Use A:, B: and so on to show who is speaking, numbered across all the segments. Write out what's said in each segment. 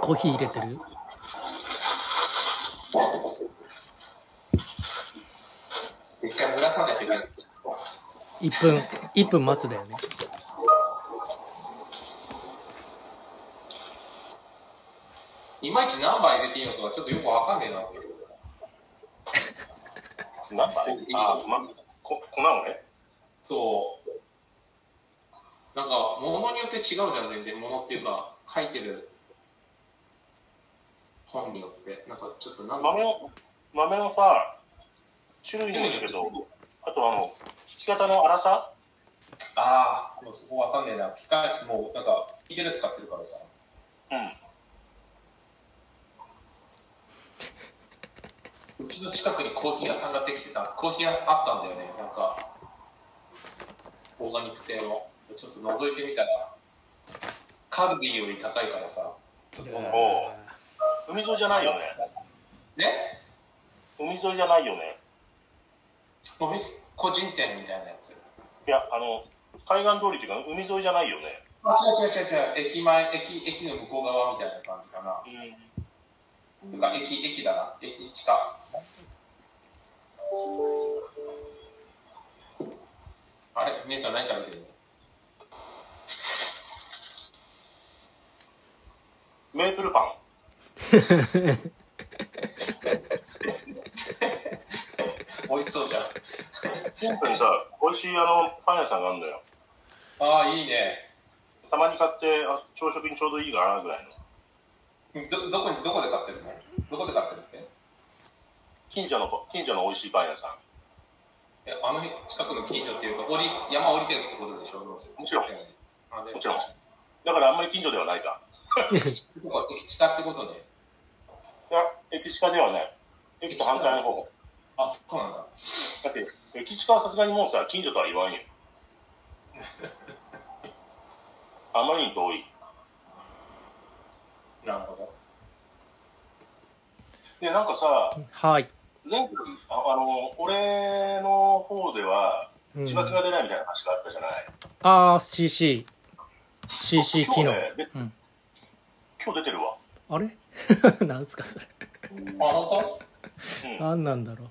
A: コーヒー入れてる
B: 一回蒸らさないといけない。
A: 1分1分待つだよね
B: いまいち何杯入れていいのかがちょっとよくわかんねえな。
C: 何杯あ、ま、こ粉をね。
B: そう。なんか、ものによって違うじゃん、全然。ものっていうか、書いてる本によって。なんか、ちょっと何
C: 豆を、豆のさ、種類にもよるけど、あとあの、引き方の粗さ
B: ああ、もうそこわかんねえな。機械、もうなんか、聞いてるやつ買ってるからさ。
C: うん。
B: うちの近くにコーヒー屋さんができてた、コーヒー屋あったんだよね、なんか、オーガニック系の。ちょっと覗いてみたら、カルディより高いからさ。
C: お海沿いじゃないよね。
B: ね
C: 海沿いじゃないよね。
B: お店、個人店みたいなやつ。
C: いや、あの、海岸通りっていうか、海沿いじゃないよね。
B: あ、違う違う違う違う、駅前、駅、駅の向こう側みたいな感じかな。
C: うん。
B: てか、駅、駅だな、駅地下。あれ姉さん何食べてるの
C: メープルパン。
B: 美味しそうじゃん。
C: シンプルにさ、美味しいあの、パン屋さんがあるんだよ。
B: ああ、いいね。
C: たまに買って、あ朝食にちょうどいいかなぐらいの。
B: ど、どこに、どこで買ってるのどこで買ってるって
C: 近所の、近所の美味しいパン屋さん。
B: え、あの辺近くの近所っていうと、降り、山降りてるってことでしょも
C: もちろん
B: あで
C: もちろんだからあんまり近所ではないか。
B: どこ駅近ってことね。
C: いや、駅近ではない。駅と反対の方。
B: あ、そうなんだ。
C: だって、駅近はさすがにもうさ、近所とは言わん よ。あまりに遠い。
B: なるほ
C: で、なんかさ、
A: はい、
C: 前回、ああの、俺の方では、
A: うん
C: 字幕が出ないみたいな話があったじゃない。
A: ああ CC CC 機能
C: 今日,、ね
A: うん
C: 今日出てるわ。
A: あれ なんすかそれ
B: ど。あ、本
C: うん。だか
A: 何なんだろう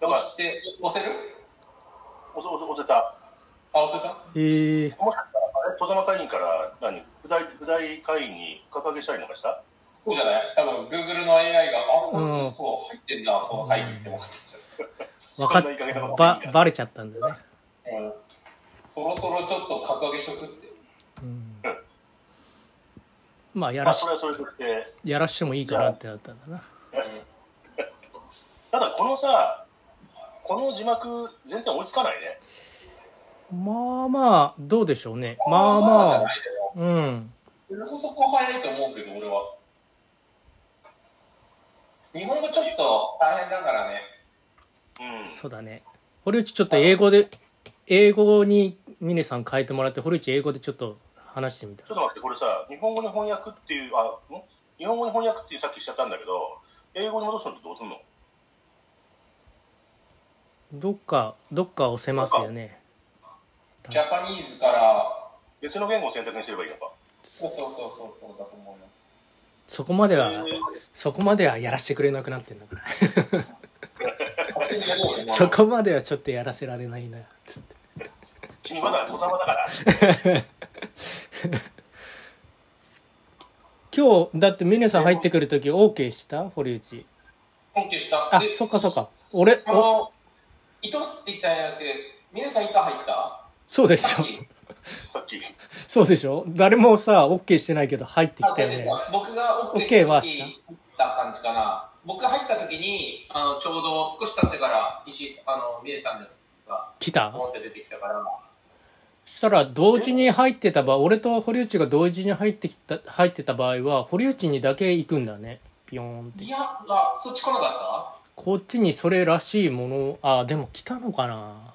B: 当
C: ら、
B: 押
C: 押せ、
B: して、押せる
C: 押せ、押せた。
B: あ、押せた
A: ええ
C: もしかしたら、あれ、戸様会員から、何、副大、副大会員に格上げしたりなんかした
B: そうじゃない多分 Google の AI が、あ、これちょっとこう入ってんな、この会議って思っちゃ
A: わか
C: そ
A: っ
C: んないい加減なこと
A: ば
C: いいから
A: バレちゃったんだね、
B: う。うん。そろそろちょっと格上げしとくって。
A: うん
C: うん、
A: まあや
C: まあ、
A: らし
C: それはそれとして、
A: やらしてもいいかなってなったんだな
C: ただこのさこの字幕全然追いつかないね
A: まあまあどうでしょうねまあ
B: じゃ
A: まあ
B: ないだよ。
A: うん
B: そこそこ早いと思うけど、俺は。日本語ちょっと大変だからね。
C: う
A: そうだね堀内ちょっと英語で英語に峰さん変えてもらって堀内英語でちょっと話してみた
C: んちょっと待ってこれさ日本語に翻訳っていうあん日本語に翻訳っていうさっきしちゃったんだけど英語に戻すのってどうすんの
A: どっかどっか押せますよね
B: ジャパニーズから、
C: 別の言語を選択にすればいいのか
B: そうそうそうそう、そうだと思うよ。
A: そこまで
C: え
A: は
C: ー
A: そこまではやらしてくれなくなってんだから
B: 勝手にやろうよ
A: そこまではちょっとやらせられないなつって
C: 君まだ小様だから
A: 今日だって峰さん入ってくる時 OK した堀内
B: 本気した。
A: あ
B: で
A: そっかそっか俺お
B: あの、伊藤すって言ったんじゃなくて、皆さんいつ入った
A: そうでし
B: さ
A: ょ
B: っき。
C: さっき
A: そうでしょ誰もさ OK してないけど入って
B: あ
A: きたよ
B: 違う違
A: ね
B: う僕が OK し
A: OK
B: た
A: はし
B: 時
A: た
B: 入った感じかな。僕入った時に、あの、ちょうど少し経ってから、石井さん、あの、ミネさんのやつが、
A: 来た
B: ポンって出てきたから、
A: そしたら同時に入ってた場合俺と堀内が同時に入ってきた入ってた場合は堀内にだけ行くんだねピヨーンって
B: いや、あ、そっち来なかっ
A: こっちにそれらしいものあでも来たのかな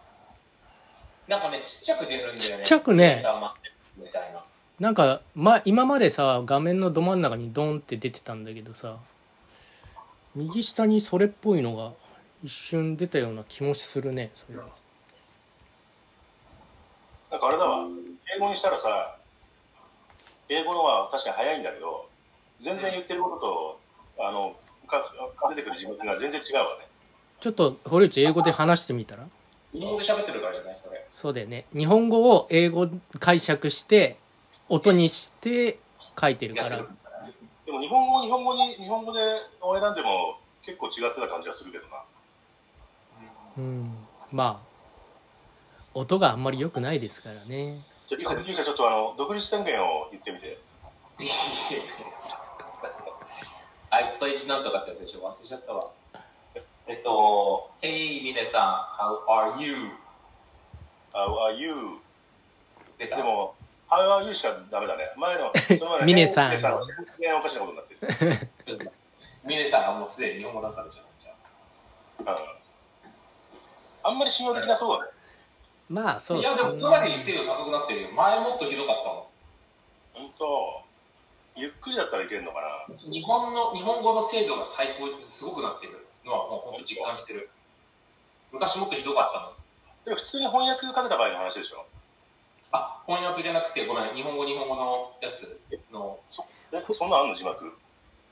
B: たなんかね、ちっちゃく出るんだよね。
A: ちっちゃくね
B: ミネさん待ってるみたいな。
A: なんか、ま、今までさ画面のど真ん中にドンって出てたんだけどさ右下にそれっぽいのが一瞬出たような気もするねそれは
C: なんかあれだわ、英語にしたらさ、英語のは確かに早いんだけど、全然言ってることと、あの、か出てくる字幕が全然違うわね。
A: ちょっと堀内英語で話してみたら
B: 日本語で喋ってるからじゃないそれ。
A: そうだよね日本語を英語解釈して音にして書いてる
B: や
A: か
B: って
A: ら
B: るんじゃない
C: でも日本語、日本語に、日本語でを選んでも結構違ってた感じはするけどな。
A: うんまあ音があんまり良くないですからね
C: じゃあ、リュウさんリュウさんちょっとあの、独立宣言を言ってみて。
B: あいつは一なんとかってやつでしょ忘れちゃったわ。え っと、Hey, ミネさん、How are you?
C: How are you?
B: 出
C: で
B: た。
C: も、How are you しかダメだね。前 の、その前の
A: ミネさん
C: ミネさんは全然おかしなことになってる。
B: ミネさんがもうすでに日本語だからじゃん。じゃ
C: うんあんまり信用できなそうだね。
A: まあそ
B: あ
A: う
B: い
A: で
B: や、でも、
A: す
B: つ
A: ね
B: まり精度高くなってるよ。前もっとひどかったも
C: ほんと、ゆっくりだったらいけるのかな。
B: ん。日本の、日本語の精度が最高にすごくなってるのは、もう本当実感してる。昔もっとひどかったの。
C: でも普通に翻訳かけた場合の話でしょ。
B: あ、翻訳じゃなくて、ごめん、日本語、日本語のやつの。
C: えそんなんあんの字幕。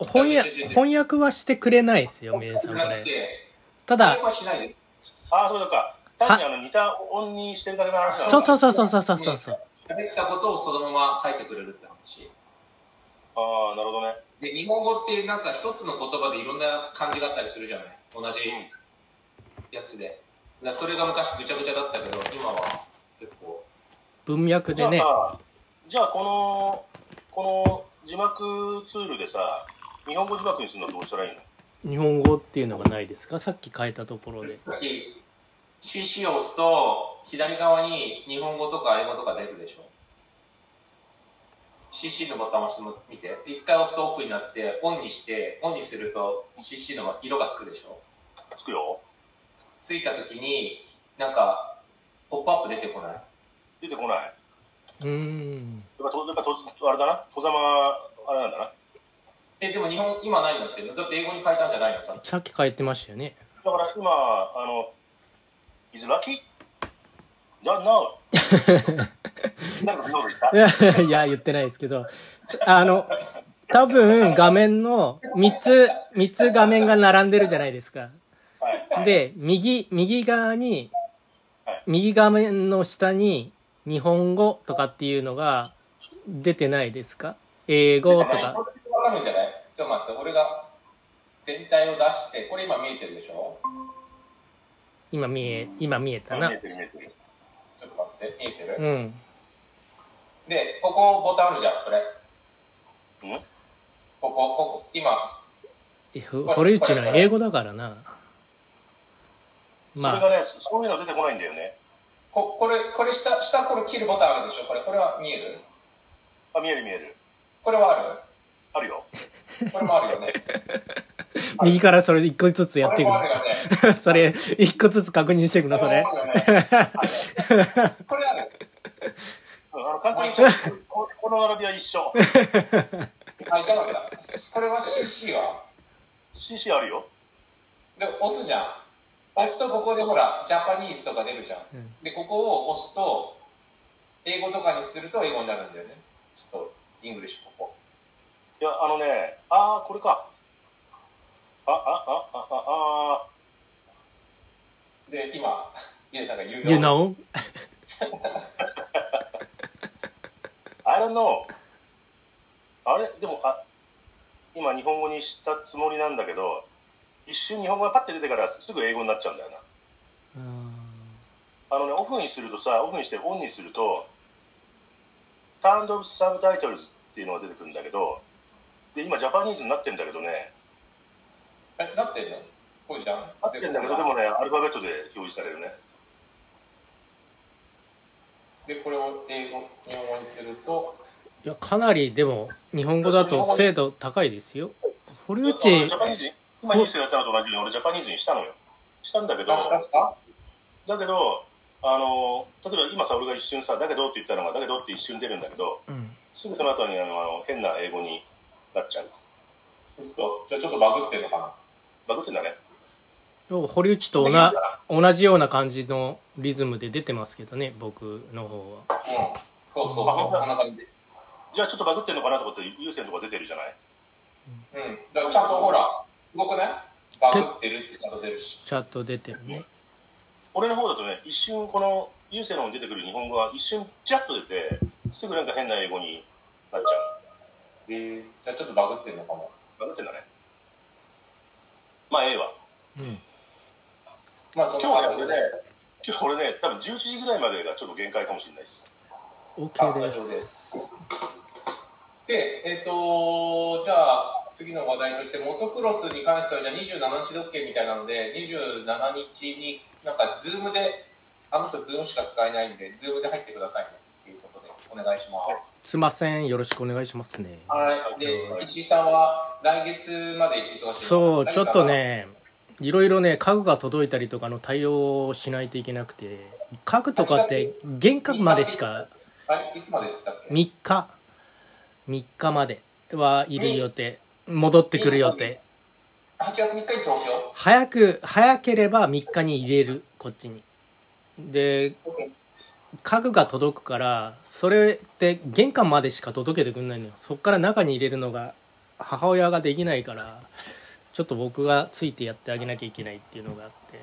A: 翻訳翻訳はしてくれないですよ皆さんこ
B: なく
A: れ
B: て、
A: た
B: 翻
A: だ
B: 訳はしないです。
C: ああ、そうか。単にあの似た音にしてるだけの話なのか
A: そうそうそうそうそうそうそうそう
B: 喋ったことをそのまま書いてくれるって話。
C: ああ、なるほどね。
B: で、日本語ってなんか一つの言葉でいろんな漢字があったりするじゃない同じやつで。だからそれが昔ぐちゃぐちゃだったけど、今は結構。
A: 文脈
C: じゃあ
A: でね
C: さ、じゃあこの、この字幕ツールでさ、日本語字幕にするのはどうしたらいいの
A: 日本語っていうのがないですかさっき変えたところで
B: さっき CC を押すと、左側に日本語とか英語とか出るでしょ CC のボタンを押しても見て、一回押すとオフになって、オンにして、オンにすると CC の色がつくでしょ
C: つくよ。
B: つついた時に、なんか、ポップアップ出てこない。
C: 出てこない。やっ
A: うーん
C: ぱ、とやっぱとあれだな。戸様、あれなんだな。
B: え、でも日本、今何になってるのだって英語に変えたんじゃないのさ。
A: さっき変えてましたよね
C: だから今、あの、is lucky? don't know. なんかそんなこと言った
A: いやいや、言ってないですけど、あの、多分画面の3つ、3つ画面が並んでるじゃないですか。
C: はい。
A: で、右、右側に
C: はい、
A: 右画面の下に日本語とかっていうのが出てないですか英語と
B: これ
A: か。
B: わかるんじゃないちょっと待って、俺が全体を出して、これ今見えてるでしょ
A: 今見え、今見えた
C: 見
A: な
C: え。てる見えてる。
B: ちょっと待って、見えてる、
A: うん。
B: で、ここボタンあるじゃん、これ。
C: ん
B: ここ、ここ、今。
A: えふ堀内の英語だからな。ま
C: そ
A: あ、
C: れがね、そそういうの出てこないんだよね。
B: ここれ、これ下、下これ切るボタンあるでしょこれ、これは見える
C: あ、見える見える。
B: これは
C: ある よ。
B: あるこれもあるよね。
A: 右からそれ一個ず つやっていく
B: これもあるよね。
A: の。 それ、一個ずつ確認していくの、それ
B: こ。もあるよね
C: あるよ
B: これある。
C: うんあの、簡単に言っちゃうここの並びは一緒。
B: あ、一緒なんだ。これは CC は
C: CC あるよ。
B: で、押すじゃん。押すとここでほら、ジャパニーズとか出るじゃん。
A: うん
B: で、ここを押すと、英語とかにすると英語になるんだよね。ちょっと、イングリッシュここ。
C: いや、あのね、あー、これか。あ、あ、あ、あ、あ、あ
B: で、今、ミネさんが言う
A: You know?
C: ー、I don't know。あれでも、あ、今日本語にしたつもりなんだけど、一瞬日本語がパッて出てからすぐ英語になっちゃうんだよな。
A: うん
C: あのね、オフにするとさ、オフにしてオンにすると、ターンドオブサブタイトルズっていうのが出てくるんだけど、で、今ジャパニーズになってんだけどね、
B: え、なってんのこうじゃん。
C: なってんだけど、でもね、アルファベットで表示されるね。
B: で、これを英語、日本語にすると、
A: いやかなりでも日本語だと精度高いですよ堀内
C: 俺ジャパニーズに今ニュースでやったのと同じように俺ジャパニーズにしたのよ。したんだけど
B: 出、したした
C: だけど、あの、例えば今さ、俺が一瞬さ、だけどって言ったのが、だけどって一瞬出るんだけど、
A: うん
C: すぐその後にあのあの変な英語になっちゃう。
B: 嘘。じゃあちょっとバグってんのか
C: バグってんだね。
A: 要は堀内とおな同じような感じのリズムで出てますけどね僕の方は
B: そうそうそう、こんな感じで。
C: じゃあちょっとバグってんのかなと思って、優先とか出てるじゃない
B: うん。だからちゃんとほら、すごくね、バグってるってちゃんと出るし。
A: チャット出てるね
C: 俺の方だとね、一瞬この優先の方に出てくる日本語は一瞬ジャッと出て、すぐなんか変な英語になっちゃう。
B: えー、じゃあちょっとバグってんのかも。
C: バグってんだね。まあええわ。
A: うん
B: まあそん
C: 今日
B: な
C: は
B: 感
C: ね
B: じで。、
C: 今日俺ね、多分11時ぐらいまでがちょっと限界かもしれないです。
B: あ
A: OK
B: 大
A: です
B: 丈夫です。で、えっ、と、じゃあ、次の話題として、モトクロスに関しては、じゃあ27日で OK みたいなので、27日に、なんか、ズームで、あの人、ズームしか使えないんで、ズームで入ってくださいねっていうことで、お願いします。
A: すいませんよろしくお願いしますね
B: はい。で、石井さんは、来月まで忙しいのかな
A: そうちょっと。ねいろいろね家具が届いたりとかの対応をしないといけなくて家具とかって原価までしか
B: 何かあれいつまででしたっけ
A: 3日3日まではいる予定戻ってくる予定
B: ?8 月3日に東京
A: 早く早ければ3日に入れるこっちにで
B: ?OK。
A: 家具が届くからそれって玄関までしか届けてくんないのよそっから中に入れるのが母親ができないからちょっと僕がついてやってあげなきゃいけないっていうのがあって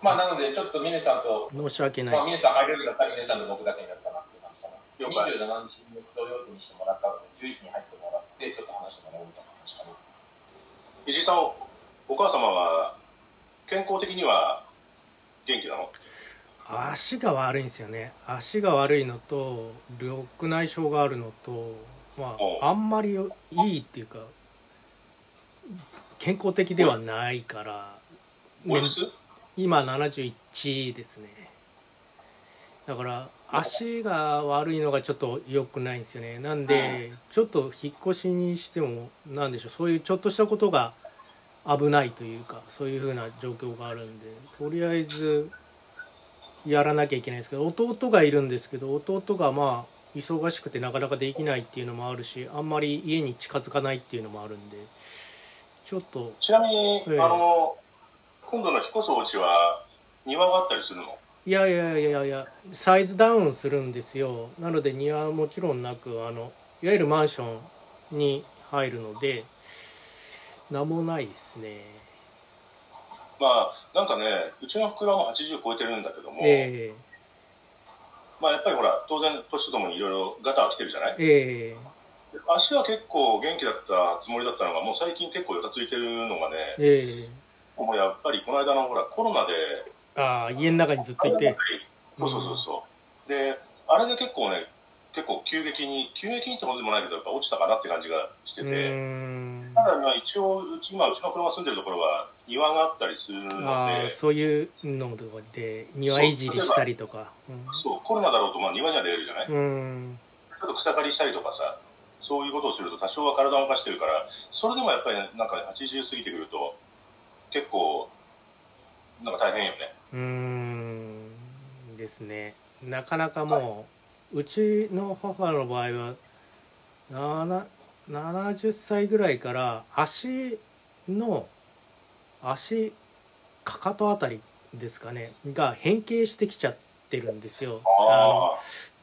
B: まあ、なので、ちょっと、ミネさんと、
A: 申し訳
B: まあ、
A: ないで
B: 皆
A: す
B: さん入れるんだったら皆さんの僕だけになるかなっていう感じかな。
C: 了解
B: 27日の土曜日にしてもらったので、10時に入ってもらって、ちょっと話してもらおうみたいな話かな。
C: 石井さん、お母様は健康的には元気なの
A: 足が悪いんですよね足が悪いのと緑内障があるのとま
C: おう
A: ああんまりよいいっていうか健康的ではないから、
C: おい
A: ね
C: くつ
A: 今71ですねだから足が悪いのがちょっと良くないんですよねなんでちょっと引っ越しにしてもなんでしょうそういうちょっとしたことが危ないというかそういうふうな状況があるんでとりあえずやらなきゃいけないんですけど弟がいるんですけど弟がまあ忙しくてなかなかできないっていうのもあるしあんまり家に近づかないっていうのもあるんでちょっと
C: ちなみに、
A: ええ
C: あの今度の引っ越すお家は庭があったりするの
A: いやいやいやいやサイズダウンするんですよなので庭はもちろんなくあのいわゆるマンションに入るので何もないですね
C: まあなんかねうちの袋も80超えてるんだけども、
A: え
C: まあやっぱりほら当然年とともにいろいろガタは来てるじゃない
A: ええ
C: 足は結構元気だったつもりだったのがもう最近結構よたついてるのがね
A: ええ
C: もうやっぱりこの間のほらコロナで
A: えああ家の中にずっといて
C: そうそうそうそうであれで結構ね結構急激に急激にってことでもないけどやっぱ落ちたかなって感じがして
A: う
C: て、
A: ーん
C: ただまあ一応うち今うちの車が住んでるところは庭があったりするので
A: ああそういうのとかで庭いじりしたりとか
C: そう、コロナだろうと、まあ、庭には出れるじゃない、
A: うん、うん、
C: ちょっと草刈りしたりとかさ、そういうことをすると、多少は体を動かしてるから、それでもやっぱり、なんかね、80過ぎてくると、結構、なんか大変よね。
A: うーんですねなかなかもううちの母の場合はなな70歳ぐらいから足の足かかとあたりですかねが変形してきちゃってるんですよ。あ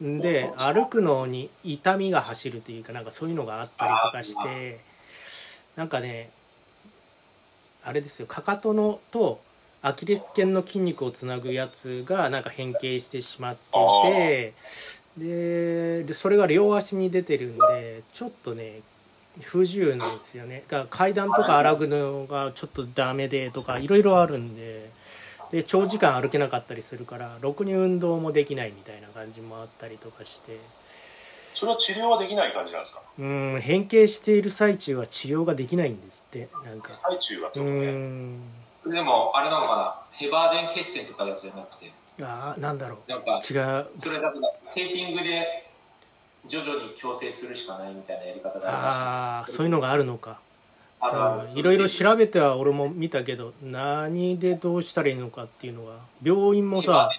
C: あ
A: ので歩くのに痛みが走るというかなんかそういうのがあったりとかしてなんかねあれですよかかとのとアキレス腱の筋肉をつなぐやつがなんか変形してしまっていてでそれが両足に出てるんでちょっとね不自由なんですよねだから階段とか荒ぐのがちょっとダメでとかいろいろあるんでで長時間歩けなかったりするからろくに運動もできないみたいな感じもあったりとかして
C: それは治療はできない感じなんですか
A: うん変形している最中は治療ができないんですってなんか
C: 最中はって
A: う
C: ことね。
A: ん
B: それでも、あれなのかな、ヘバーデン血栓とかやつじゃなくて、
A: あーなんだろう
B: なんか、
A: 違う
B: それだから、テーピングで徐々に矯正するしかないみたいなやり方がありました。
A: ああそういうのがあるのか
B: あの
A: うんいろいろ調べては俺も見たけど何でどうしたらいいのかっていうのが病院もさ、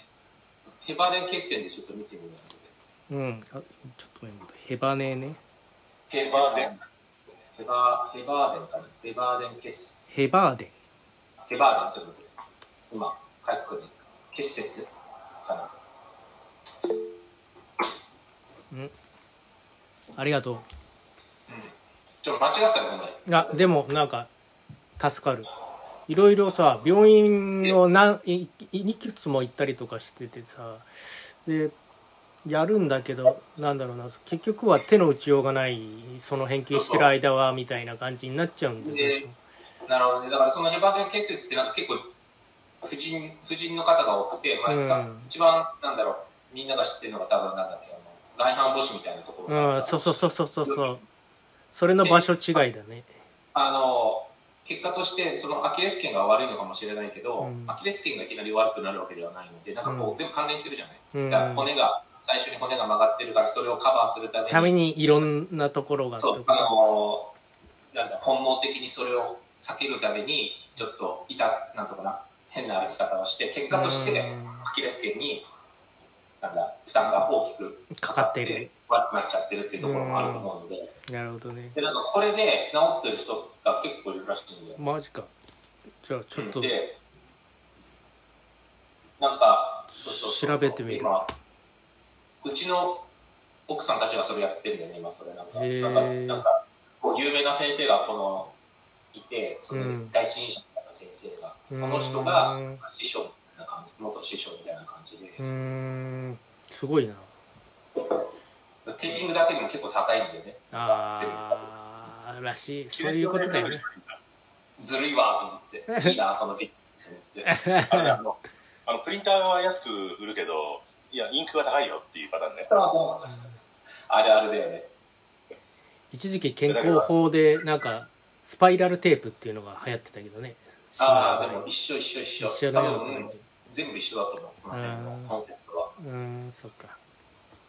B: ヘバーデン血栓でちょっと見てみるので。
A: うん、あちょっと待ってヘバネね
B: ヘ
C: バーデン。
B: ヘバー、ヘバーデンかな。ヘバーデン血栓。
A: ヘバーデン
B: ゲバーダンってことで、今、カイクに結節かな。
A: ありがと
B: ちょっと間違ってたらごめん。
A: うあでもなんか助かるいろいろさ病院を何いいいくつも行ったりとかしててさでやるんだけどなんだろうな結局は手の打ちようがないその返金してる間はみたいな感じになっちゃうんだけどさ
B: なるほどね。だからそのヘバーデン結節ってなんか結構、婦人、婦人の方が多くて、まあ、
A: うん
B: 一番、なんだろう、みんなが知ってるのが多分なんだっけ、あの、外反母趾みたいなところが
A: うん
B: さ
A: そうそうそうそうそうそうそれの場所違いだね
B: あの、結果として、そのアキレス腱が悪いのかもしれないけど、
A: うん
B: アキレス腱がいきなり悪くなるわけではないので、なんかこう、
A: うん
B: 全部関連してるじゃない。
A: うん
B: だから骨が、最初に骨が曲がってるから、それをカバーするために、
A: ためにいろんなところが
B: そう、あのなんだ、本能的にそれを避けるために、ちょっと、いた、なんとかな、変な歩き方をして、結果として、
A: うん
B: アキレス腱に、なんだ、負担が大きく
A: かかってる。
B: 悪くなっちゃってるっていうところもあると思うので、
A: なるほどね
B: で、なんかこれで治ってる人が結構いるらしいんで、
A: マジかじゃあちょっと
B: で、なんか、そうそうそうそう
A: 調べてみる
B: 今、うちの奥さんたちがそれやってるんだよね、今それなんか。
A: へー
B: なんか、なんかこう有名な先生がこの、いて、その
A: うん
B: 第一人者みたいな先生が、その人
A: う
B: が
A: ん
B: 師匠みたいな感じ、元師匠みたいな感じで、
A: うーんすごいな
B: テーピングだけでも結構高いんだよね。
A: あーらしいそういうことだよね
B: ずるいわ と思って、いいな、そのビジネスって。
C: あれあのあのプリンターは安く売るけどいやインクが高いよっていうパターンね
B: そうそうそうそう。あれあれだよね。
A: 一時期健康法でなんかスパイラルテープっていうのが流行ってたけどね
B: ああ、でも一緒一緒一緒。
A: 一緒
B: 多
A: だよ
B: 分、うん全部一緒だと思う、その辺のコンセプトは。
A: うーんそっか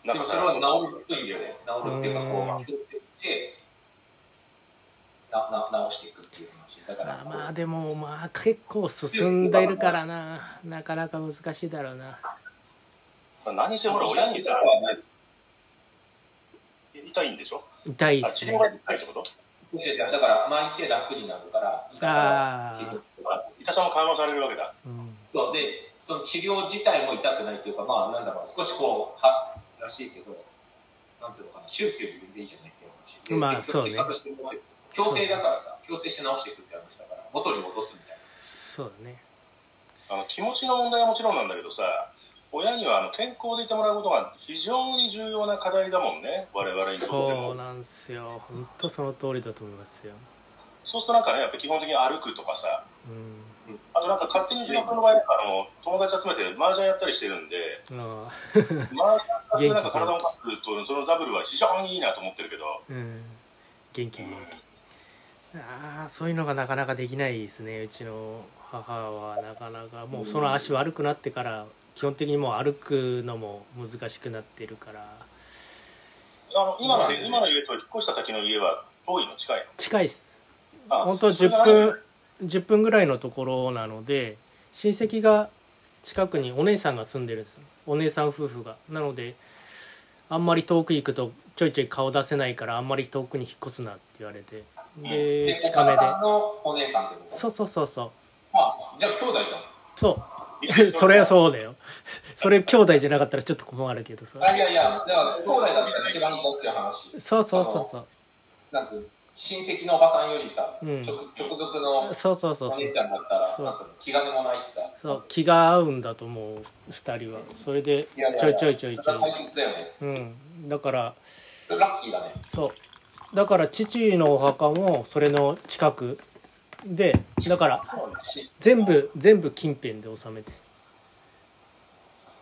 C: な
B: で
C: ん
B: も
C: か
B: そ
C: さ
B: れは治るんだよね。治るっていうか、
A: うん
B: こう、気をつけて、なな直していくっていう話。だから
A: まあ、まあでもまあ結構進んでるからななかなか難しいだろうな
C: 何せほら親
B: 親
C: に
B: に
C: さ
B: さ、
C: 痛いんでしょ
A: 痛いっ
C: あ
A: す
C: 治
A: ね
C: 療が痛いってこと
B: じゃじゃだから、巻いて楽になるから、痛さが気をつけて
C: あ痛さも緩和されるわけだ
A: うん
B: そうで、その治療自体も痛くないというか、まあ、なんだろう、少しこう、は、らしいけど、なんつうのかな、手術より全然いいじゃないっていう話で。
A: まあ
B: 結
A: そう
B: 局
A: ね
B: 結果としても強制だからさ、強制して直していくって話だから、元に戻すみたいな。
A: そうだね
C: あの気持ちの問題はもちろんなんだけどさ親にはあの健康でいてもらうことが非常に重要な課題だもんね我々にとって
A: そう
C: も
A: なんすよ本当その通りだと思いますよ
C: そうするとなんかねやっぱ基本的に歩くとかさ
A: う
C: あとなんか勝手に自分の場合なんかあの友達集めて麻雀やったりしてるんで
A: んあ
C: 麻雀なんか体をかくとそのダブルは非常にいいなと思ってるけど、
A: ーうん元気
C: うん
A: にああそういうのがなかなかできないですねうちの母はなかなかもうその足悪くなってから基本的にもう歩くのも難しくなってるから
C: あの今の
B: そう
C: ね今の家と引っ越した先の家は遠いの近い
A: 近いっす
C: のあ
A: 本当
C: それ
A: 10
C: がなんか
A: 分10分ぐらいのところなので親戚が近くにお姉さんが住んでるんですよお姉さん夫婦がなのであんまり遠く行くとちょいちょい顔出せないからあんまり遠くに引っ越すなって言われてで
B: で、お
A: 近め
B: 母
A: で
B: さんのお姉さんってこと
A: そうそうそうそう
B: あ、じゃあ兄弟じゃ
A: そう
C: 一緒に
A: それはそうだよそれ兄弟じゃなかったらちょっと困るけどさ
B: ん。あ、いやいや、だから兄弟だったら一番いいじゃんっていう話。
A: そうそうそうそう
B: なんつうの親戚のおばさんよりさ、
A: うん
B: 直直属の
A: そうそうそう
B: お
A: そう
B: 姉ちゃんだったら、
A: そう
B: なんつうの気兼ねもないしさ。
A: そう気が合うんだと思う2人はそれで
B: いやいや
A: ちょいちょいちょいち
B: そ
A: ょ
B: れ
A: い
B: は大切だよね。
A: うんだから
B: ラッキーだね。
A: そうだから父のお墓もそれの近くでだから
B: し
A: 全部全部近辺で収めて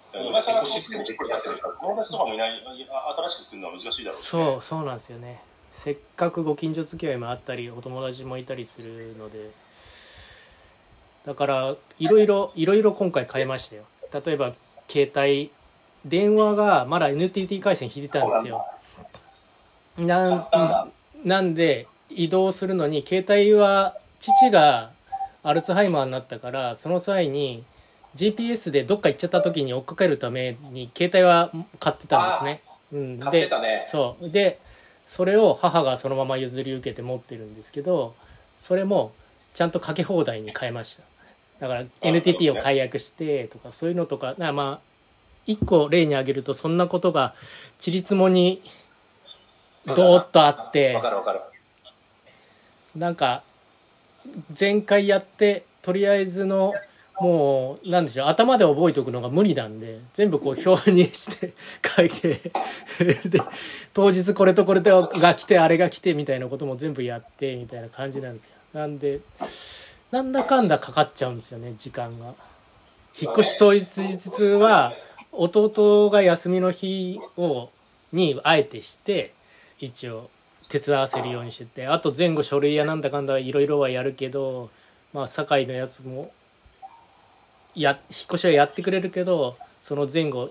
B: そう
C: 今更
B: システムでこれやってるから。
C: 友達とかもいないあ新しく作るのは難しいだろうしね、
A: そうそうなんですよねせっかくご近所付き合いもあったりお友達もいたりするのでだからいろいろいろいろ今回変えましたよ例えば携帯電話がまだ NTT 回線引いてたんですよ
B: 買ったん
A: なん
B: だ。
A: なんで移動するのに携帯は父がアルツハイマーになったからその際に GPS でどっか行っちゃった時に追っかけるために携帯は買ってたんですね。うん、
B: 買って
A: で
B: たね。
A: そうでそれを母がそのまま譲り受けて持ってるんですけどそれもちゃんとかけ放題に変えましただから NTT を解約してとかそういうのとかだからまあ一個例に挙げるとそんなことがちりつもにどーっとあって
B: わかるわかる。
A: なんか前回やってとりあえずのもうなんでしょう頭で覚えておくのが無理なんで全部こう表にして書いて で当日これとこれとが来てあれが来てみたいなことも全部やってみたいな感じなんですよなんでなんだかんだかかっちゃうんですよね時間が引っ越し当日は弟が休みの日をにあえてして一応手伝わせるようにしててあと前後書類やなんだかんだいろいろはやるけどまあ酒井のやつもや引っ越しはやってくれるけどその前後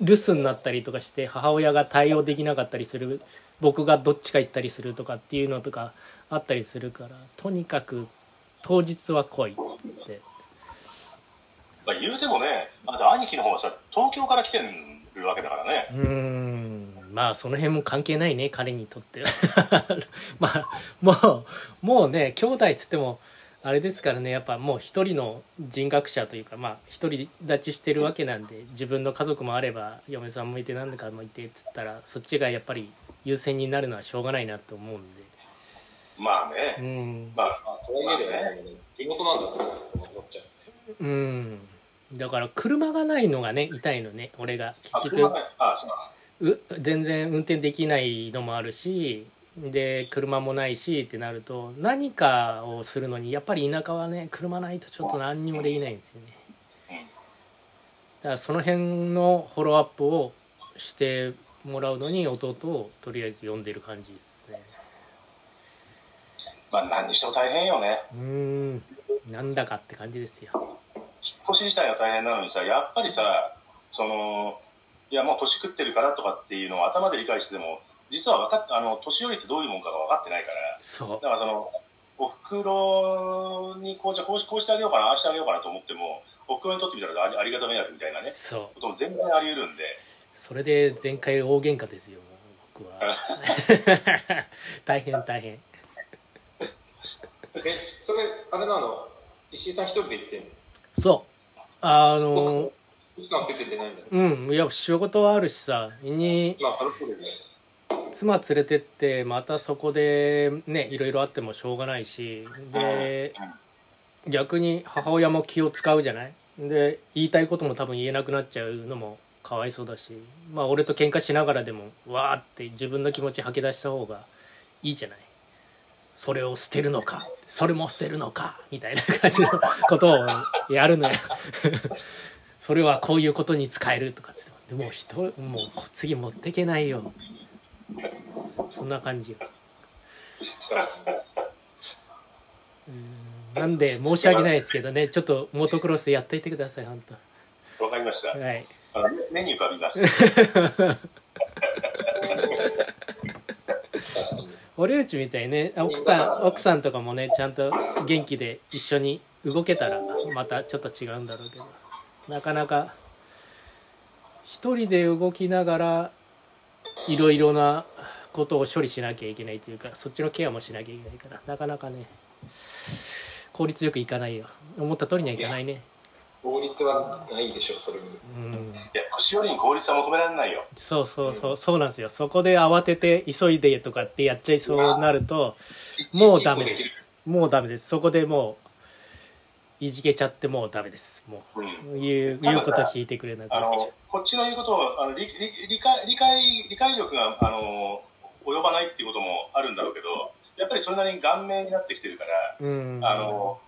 A: 留守になったりとかして母親が対応できなかったりする僕がどっちか行ったりするとかっていうのとかあったりするからとにかく当日は来いっつって
C: まあ、言うてもね、あと兄貴の方はさ、東京から来てるわけだからね。
A: うーんまあその辺も関係ないね彼にとっては まあもうもうね兄弟っつってもあれですからねやっぱもう一人の人格者というかまあ一人立ちしてるわけなんで自分の家族もあれば嫁さんもいて何だかもいてっつったらそっちがやっぱり優先になるのはしょうがないなと思うんで
C: まあ
A: う
C: ね。
A: ん
C: まあ、
B: あ、とはいえだよね。仕事なんだからさ、とか思っちゃう。
A: うんだから車がないのがね痛いのね俺が
C: あ
A: 結
C: 車
A: 局
C: があ、そう
A: う全然運転できないのもあるしで車もないしってなると何かをするのにやっぱり田舎はね車ないとちょっと何にもできないんですよねだからその辺のフォローアップをしてもらうのに弟をとりあえず呼んでる感じですね
C: まあ、何にしても大変よね。
A: うーんなんだかって感じですよ
C: 引っ越し自体は大変なのにさ、やっぱりさ、その、いや、もう年食ってるからとかっていうのを頭で理解してても、実は分かっあの、年寄りってどういうもんかが分かってないから、
A: そ
C: だからその、お袋にこう、じゃあこうしこうしてあげようかな、ああしてあげようかなと思っても、お袋にとってみたらありありがた迷惑みたいな
A: う
C: ね、
A: そう
C: ことも全然あり得るんで、
A: それで前回大喧嘩ですよ僕 は大変大変
B: え、それ、あれなの石井さん一人で行ってんの
A: そうあ
B: 奥さ
A: の
B: ん奥さんついてってないんだよ。
A: うんいや仕事はあるしさに
B: まあ、それそうだよね。
A: 妻連れてってまたそこでねいろいろあってもしょうがないしで逆に母親も気を使うじゃないで言いたいことも多分言えなくなっちゃうのもかわいそうだしまあ俺と喧嘩しながらでもわーって自分の気持ち吐き出した方がいいじゃないそれを捨てるのかそれも捨てるのかみたいな感じのことをやるのよ それはこういうことに使えるとかっつってでもう人もう次持ってけないよそんな感じようんなんで申し訳ないですけどねちょっとモトクロスやっていてください本
C: 分かりました
A: 当。はい
C: あの目に浮かびます。
B: 確かに。
A: 堀内みたいにね奥さん奥さんとかもねちゃんと元気で一緒に動けたらまたちょっと違うんだろうけどなかなか一人で動きながらいろいろなことを処理しなきゃいけないというかそっちのケアもしなきゃいけないからなかなかね効率よくいかないよ思った通りにはいかないね
B: 法律はないでしょ、それに。
A: うん
C: いや、年寄りに効率は求められないよ。
A: そうそうそうそうなんですよそこで慌てて急いでとかってやっちゃいそうになるともうダメですもうダメですそこでもういじけちゃってもうダメですも
C: うん。
A: う言う言うこと聞いてくれなくな
C: あ
A: っちゃ
C: の、こっちの言うことを、あの、理、理、理解、理解、理解力が、あの、及ばないっていうこともあるんだろうけど、やっぱりそれなりに顔面になってきてるから、
A: ううん
C: あの、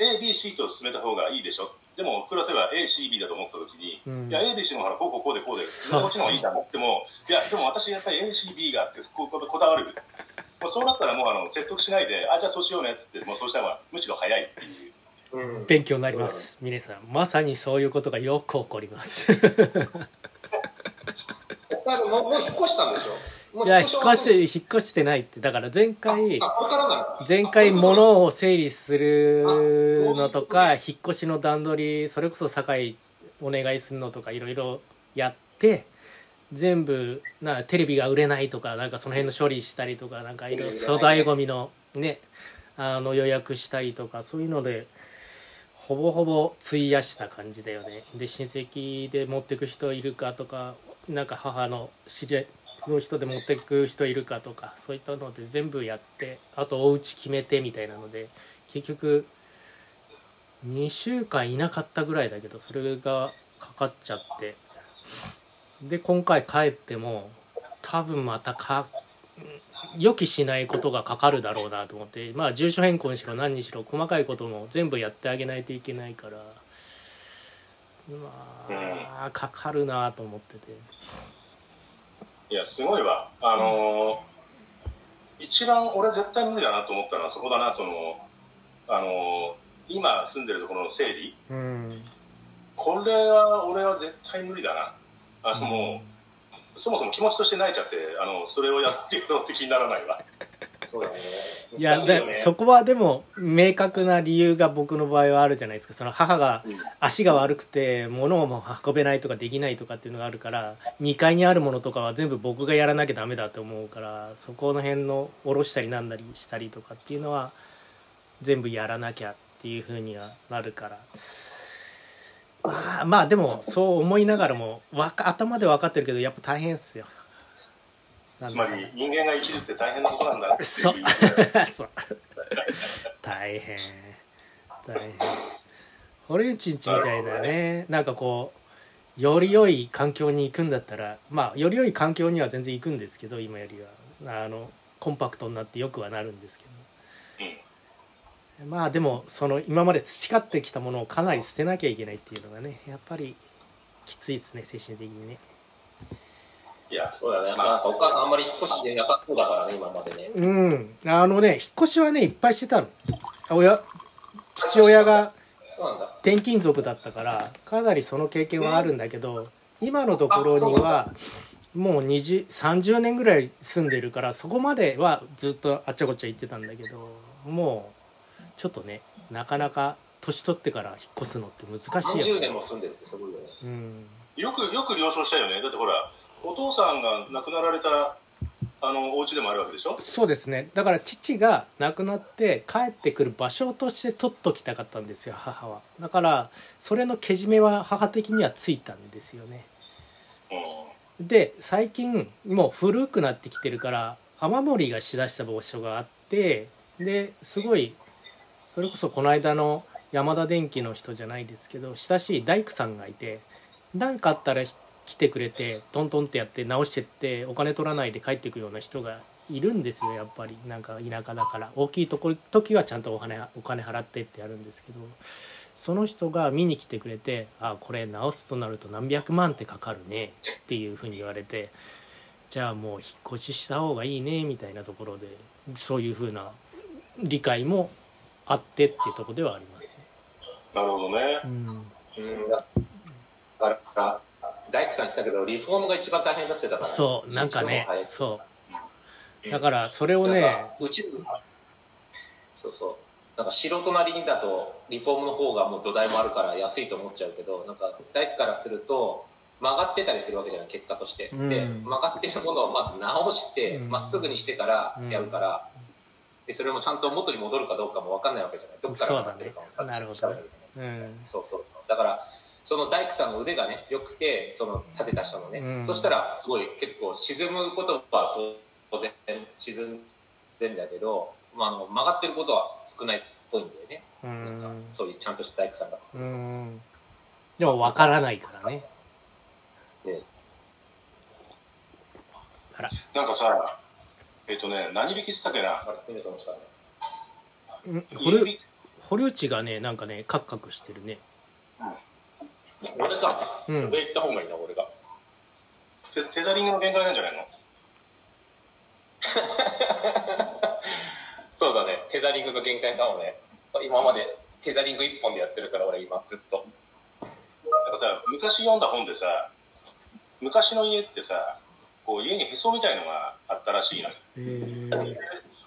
C: A、B、C と進めた方がいいでしょ。でも、僕ら例えば A、C、B だと思ってたときに、
A: うん
C: いや、A、B、C の方がこうこうこうでこうで、
A: そう
C: こっちの方がいいと思っても、いや、でも私やっぱり A、C、B があって、こここだわる。もうそうなったらもうあの説得しないで、あ、じゃあそうしようねっつって、もうそうした方がむしろ早いっていう。
B: うん。
A: 勉強になります皆さんまさにそういうことがよく起こります
B: だからもうもう引っ越したんでしょもう
A: いや引っ
B: は
A: 越し引っ越してないってだから前回
B: あ、これからなの
A: 前回物を整理するのとか引っ越しの段取りそれこそ酒井お願いするのとかいろいろやって全部なテレビが売れないとかなんかその辺の処理したりとかなんかいろいろ粗大ごみのねあの予約したりとかそういうのでほぼほぼ費やした感じだよねで親戚で持ってく人いるかとかなんか母の知り合いの人で持ってく人いるかとかそういったので全部やってあとお家決めてみたいなので結局2週間いなかったぐらいだけどそれがかかっちゃってで今回帰っても多分またか予期しないことがかかるだろうなと思ってまあ住所変更にしろ何にしろ細かいことも全部やってあげないといけないからまあかかるなと思ってて
C: いや、すごいわ。あのー一番俺絶対無理だなと思ったのはそこだな、その、あのー今住んでるところの整理。
A: うん
C: これは俺は絶対無理だな。あの、もう、そもそも気持ちとして泣いちゃって、あの、それをやってやろうって気にならないわ。
B: そうだね。
A: いや
B: 難し
A: だ
B: よね
A: そこはでも明確な理由が僕の場合はあるじゃないですかその母が
C: うん
A: 足が悪くて物をもう運べないとかできないとかっていうのがあるから2階にあるものとかは全部僕がやらなきゃダメだと思うからそこの辺の下ろしたりなんなりしたりとかっていうのは全部やらなきゃっていうふうにはなるからまあまあでもそう思いながらもわか頭で分かってるけどやっぱ大変っすよ。なん
C: つ
A: だ
C: ま
A: かんだ
C: り人間が生きるって大変なことなんだっていう。
A: そう そう大変大変堀内んちみたい
C: なるほ
A: な
C: ど
A: ねなんかこうより良い環境に行くんだったらまあより良い環境には全然行くんですけど今よりはあのコンパクトになってよくはなるんですけどまあでもその今まで培ってきたものをかなり捨てなきゃいけないっていうのがねやっぱりきついですね精神的にね
C: いや、
B: そうだね。まあ、なんかお母さんあんまり引っ越しでなかっただからね、今までね。
A: うんあのね引っ越しはねいっぱいしてたの親父親が
B: そうなんだ。
A: 転勤族だったからかなりその経験はあるんだけど今のところにはもう20 30年ぐらい住んでるからそこまではずっとあっちゃこっちゃ行ってたんだけどもうちょっとねなかなか年取ってから引っ越すのって難しい
B: 30
A: よ
B: 年
A: ね
B: も住んでるってすごいよね。
A: うん
C: よく、よく了承したよね。だってほら、お父さんが亡くなられた、あの、お家でもあるわけでしょ
A: そうですねだから父が亡くなって帰ってくる場所として取っときたかったんですよ母はだからそれのけじめは母的にはついたんですよね
C: う
A: で最近もう古くなってきてるから雨漏りがしだした場所があってですごいそれこそこの間の山田電機の人じゃないですけど親しい大工さんがいて何かあったらひ来てくれてトントンってやって直してってお金取らないで帰ってくような人がいるんですよやっぱりなんか田舎だから大きいとこ時はちゃんとお金お金払ってってやるんですけどその人が見に来てくれて「あこれ直すとなると何百万ってかかるね」っていうふうに言われてじゃあもう引っ越しした方がいいねみたいなところでそういうふうな理解もあってっていうところではありますね。
C: ん。なるほどね
A: う。ん
B: うん。だから、大工さんしたけど、リフォームが一番大変だって言ってたから。
A: そうなんかね
B: はい
A: そうだからそれを
B: なん
A: ね
B: かうちそうそうなんか素人なりにだとリフォームの方がもう土台もあるから安いと思っちゃうけどなんか大工からすると曲がってたりするわけじゃない結果として、
A: うん
B: で曲がってるものをまず直して
A: うん
B: ま、っすぐにしてからやるから、でそれもちゃんと元に戻るかどうかも分かんないわけじゃないどっから曲がってるかも
A: そうだね
B: 察知したわけじゃない
A: うん
B: そうそうだからその大工さんの腕がね良くてその立てた人のね、
A: うん
B: そしたらすごい結構沈むことは当然沈んでんだけど、まあ、あの曲がってることは少ないっぽいんだよね、
A: う
B: なんか
A: ん
B: そういうちゃんとした大工さんが作
A: う
B: る、
A: んでもわからないからね
B: で
C: なんかさ、えっとね、何引きしたっけな
B: あれ皆さんもしたね
A: うん
C: 指
A: 堀堀内がねなんかねカクカクしてるね
B: 俺が
A: うん
B: 上行った方がいいな俺が
C: テテザリングの限界なんじゃないの
B: そうだねテザリングの限界かもね今までテザリング一本でやってるから俺今ずっと
C: なんかさ、昔読んだ本でさ、昔の家ってさ、こう家にへそみたいのがあったらしいのよ。
A: え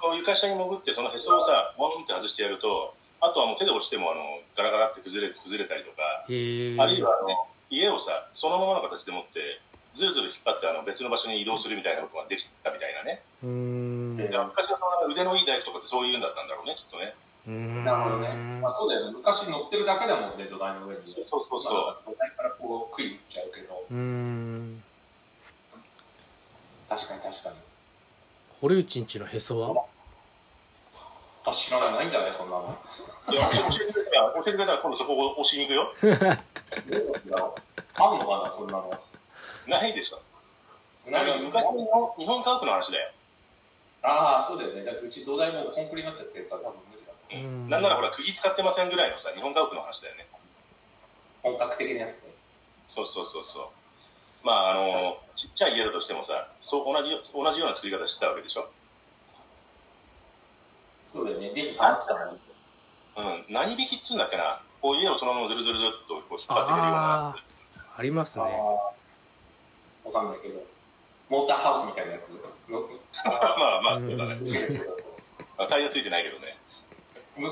C: こう床下に潜って、そのへそをさ、ボンって外してやると、あとはもう手で押しても、あの、ガラガラって崩れ崩れたりとか、
A: え
C: あるいはあの、家をさ、そのままの形でもって、ずるずる引っ張ってあの別の場所に移動するみたいなことができたみたいなね。
A: うん
C: で昔のその腕のいい大工とかってそういうんだったんだろうね、きっとね。
A: うーん
B: なるほどね。まあ、そうだよね。昔乗ってるだけだもんね、土台の上に。
C: そうそう
B: 今
C: そ
B: だと土台からこう、食い打っちゃうけど、
A: うーん
B: 確かに確かに。
A: 堀内んちのへそは
B: あ、知らない、ないんじゃないそんな の。
C: う。いや教えてくれたら、教えてくれたら今度そこ押しに行くよ。
B: どうなんだろうあんのかな、そんなの。
C: ないでしょ。
B: ないの
C: 昔の日本家屋の話だよ。
B: ああ、そうだよね。だってうち土台もうコンクリになっちゃってるから、多分無理だと思う。
A: うん
C: なんならほら、釘使ってませんぐらいのさ、日本家屋の話だよね。
B: 本格的なやつね。
C: そうそうそうそう。まあ、あの、ちっちゃい家だとしてもさ、そう同じよ同じような作り方してたわけでしょ。
B: そうだよね。リンクあってたのに。
C: うん。何引きっつうんだっけな。こう家をそのままずるずるずるっとこう引っ張ってくるような。
A: あああります
B: あ
A: ね
B: あ、わかんないけど。モーターハウスみたいなやつ。の
C: まあまあ、そうだね。
B: 向
C: あタイヤついてないけどね。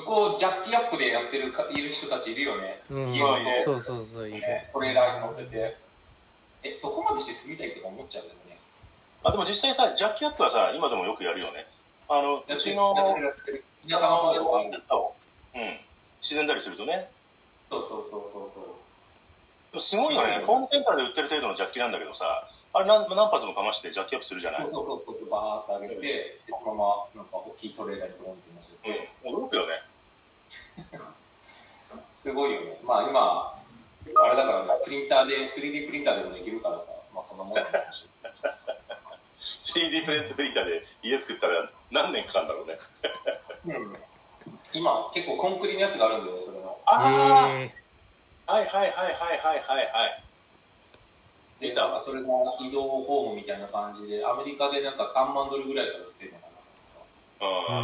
B: こう、ジャッキアップでやってるかいる人たちいるよね。
A: うん
B: 家をこ
A: そうそうそう
B: う、
A: いる
B: ねトレーラーに乗せて。え、そこまでして住みたいとか思っちゃうけどね。
C: あ、でも実際さ、ジャッキアップはさ、今でもよくやるよね。あの、
B: や
C: う
B: って
C: ち
B: る
C: の、
B: やってる田舎の方でもある。
C: うん。沈んだりするとね。
B: そうそうそうそうそう。
C: でもすごいよね。ホームセンターで売ってる程度のジャッキなんだけどさ、あれ何何発もかましてジャッキアップするじゃない。
B: そうそうそうそう、バーッと上げて、でそのままなんか大きいトレーラーにドンって乗せて、
C: うん。驚くよね。
B: すごいよね。まあ今、あれだからね、プリンターで、3D プリンターでもできるからさ、まあそんなもんなんだし。
C: CD プレントプリンターで家作ったら何年かかるんだろうね。
B: うん今、結構コンクリのやつがあるんだよね、それの。
C: あ
A: え
C: あ、はいはいはいはいはいはいはい。
B: で、
C: 出た
B: なんかそれの移動ホームみたいな感じで、アメリカでなんか3万ドルぐらいから売ってるのか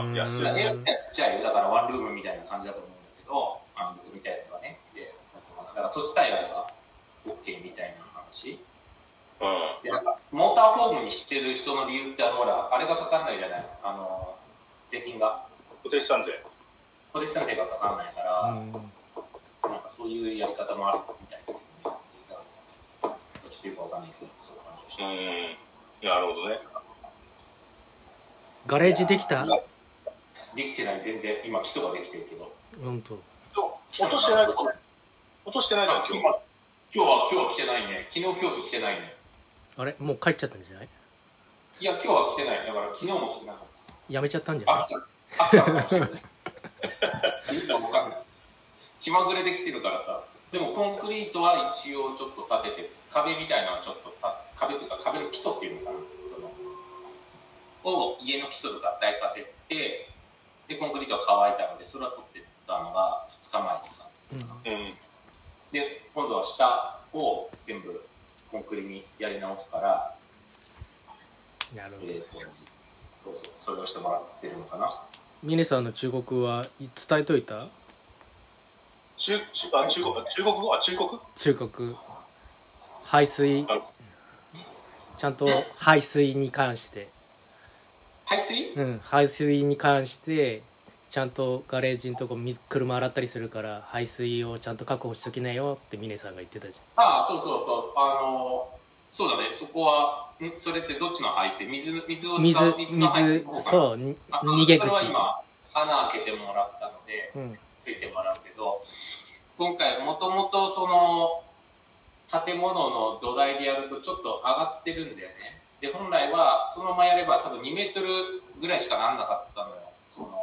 A: う
C: うんん、安い。
B: な。
A: うん
B: 部屋みたいなちっちゃいよ、だからワンルームみたいな感じだと思うんだけど、あの見たやつはね。で、なんつうのかなだから土地対外が OK みたいな話。
C: うん。
B: で、なんか、モーターホームにしてる人の理由って、あの、ほら、あれがかかんないじゃないあの、税金が。
C: 固定資産税。
B: 固定資産税がかかんないか
A: う
B: ら、
A: ん
B: なんかそういうやり方もあるみたいな、ね。ちょっとよくわかんないけど、そういう感じがします。
C: うん。なるほどね。
A: ガレージできた
B: できてない、全然。今、基礎ができてるけど。
A: うんと
C: 落としてない
B: 今、
C: 落としてないじゃん、今日。
B: 今日は、今日は来てないね。昨日、今日と来てないね。
A: あれもう帰っちゃったんじゃない
B: いや、今日は来てない。だから、昨日も来てなかった。
A: やめちゃったんじゃ
B: 飽
A: ない
B: きちゃった。飽きちゃったかもしれない。いつかわかんない。気まぐれできてるからさ。でもコンクリートは一応ちょっと立てて、壁みたいなのはちょっとた、壁というか壁の基礎っていうのかな。その、を家の基礎と合体させて、で、コンクリートは乾いたので、それは取ってったのが2日前とか。
A: うん
C: うん。
B: で、今度は下を全部コンクリにやり直すから、
A: なるほ
B: え
A: ど
B: ーと、そうそう、それをしてもらってるのかな。
A: 峰さんの中国は伝えといた
C: 中、中、あ、中国、中国語あ、中国
A: 中国排水
C: あ
A: ちゃんと排水に関して
B: 排水
A: うん排水に関してちゃんとガレージのとこ水車洗ったりするから排水をちゃんと確保しときなよって峰さんが言ってたじ
B: ああ、そうそうそう。あのーそうだね、そこは、んそれってどっちの排水水、水
A: ゃ
B: を
A: ん
B: 使う、
A: 水
B: 水の排水
A: 水
B: の方かな
A: そうに
B: あ
A: 逃げ口
B: それは今、穴開けてもらったので、
A: うん
B: ついてもらうけど、今回もともとその、建物の土台でやるとちょっと上がってるんだよね。で、本来はそのままやれば多分2メートルぐらいしかなんなかったのよ。その、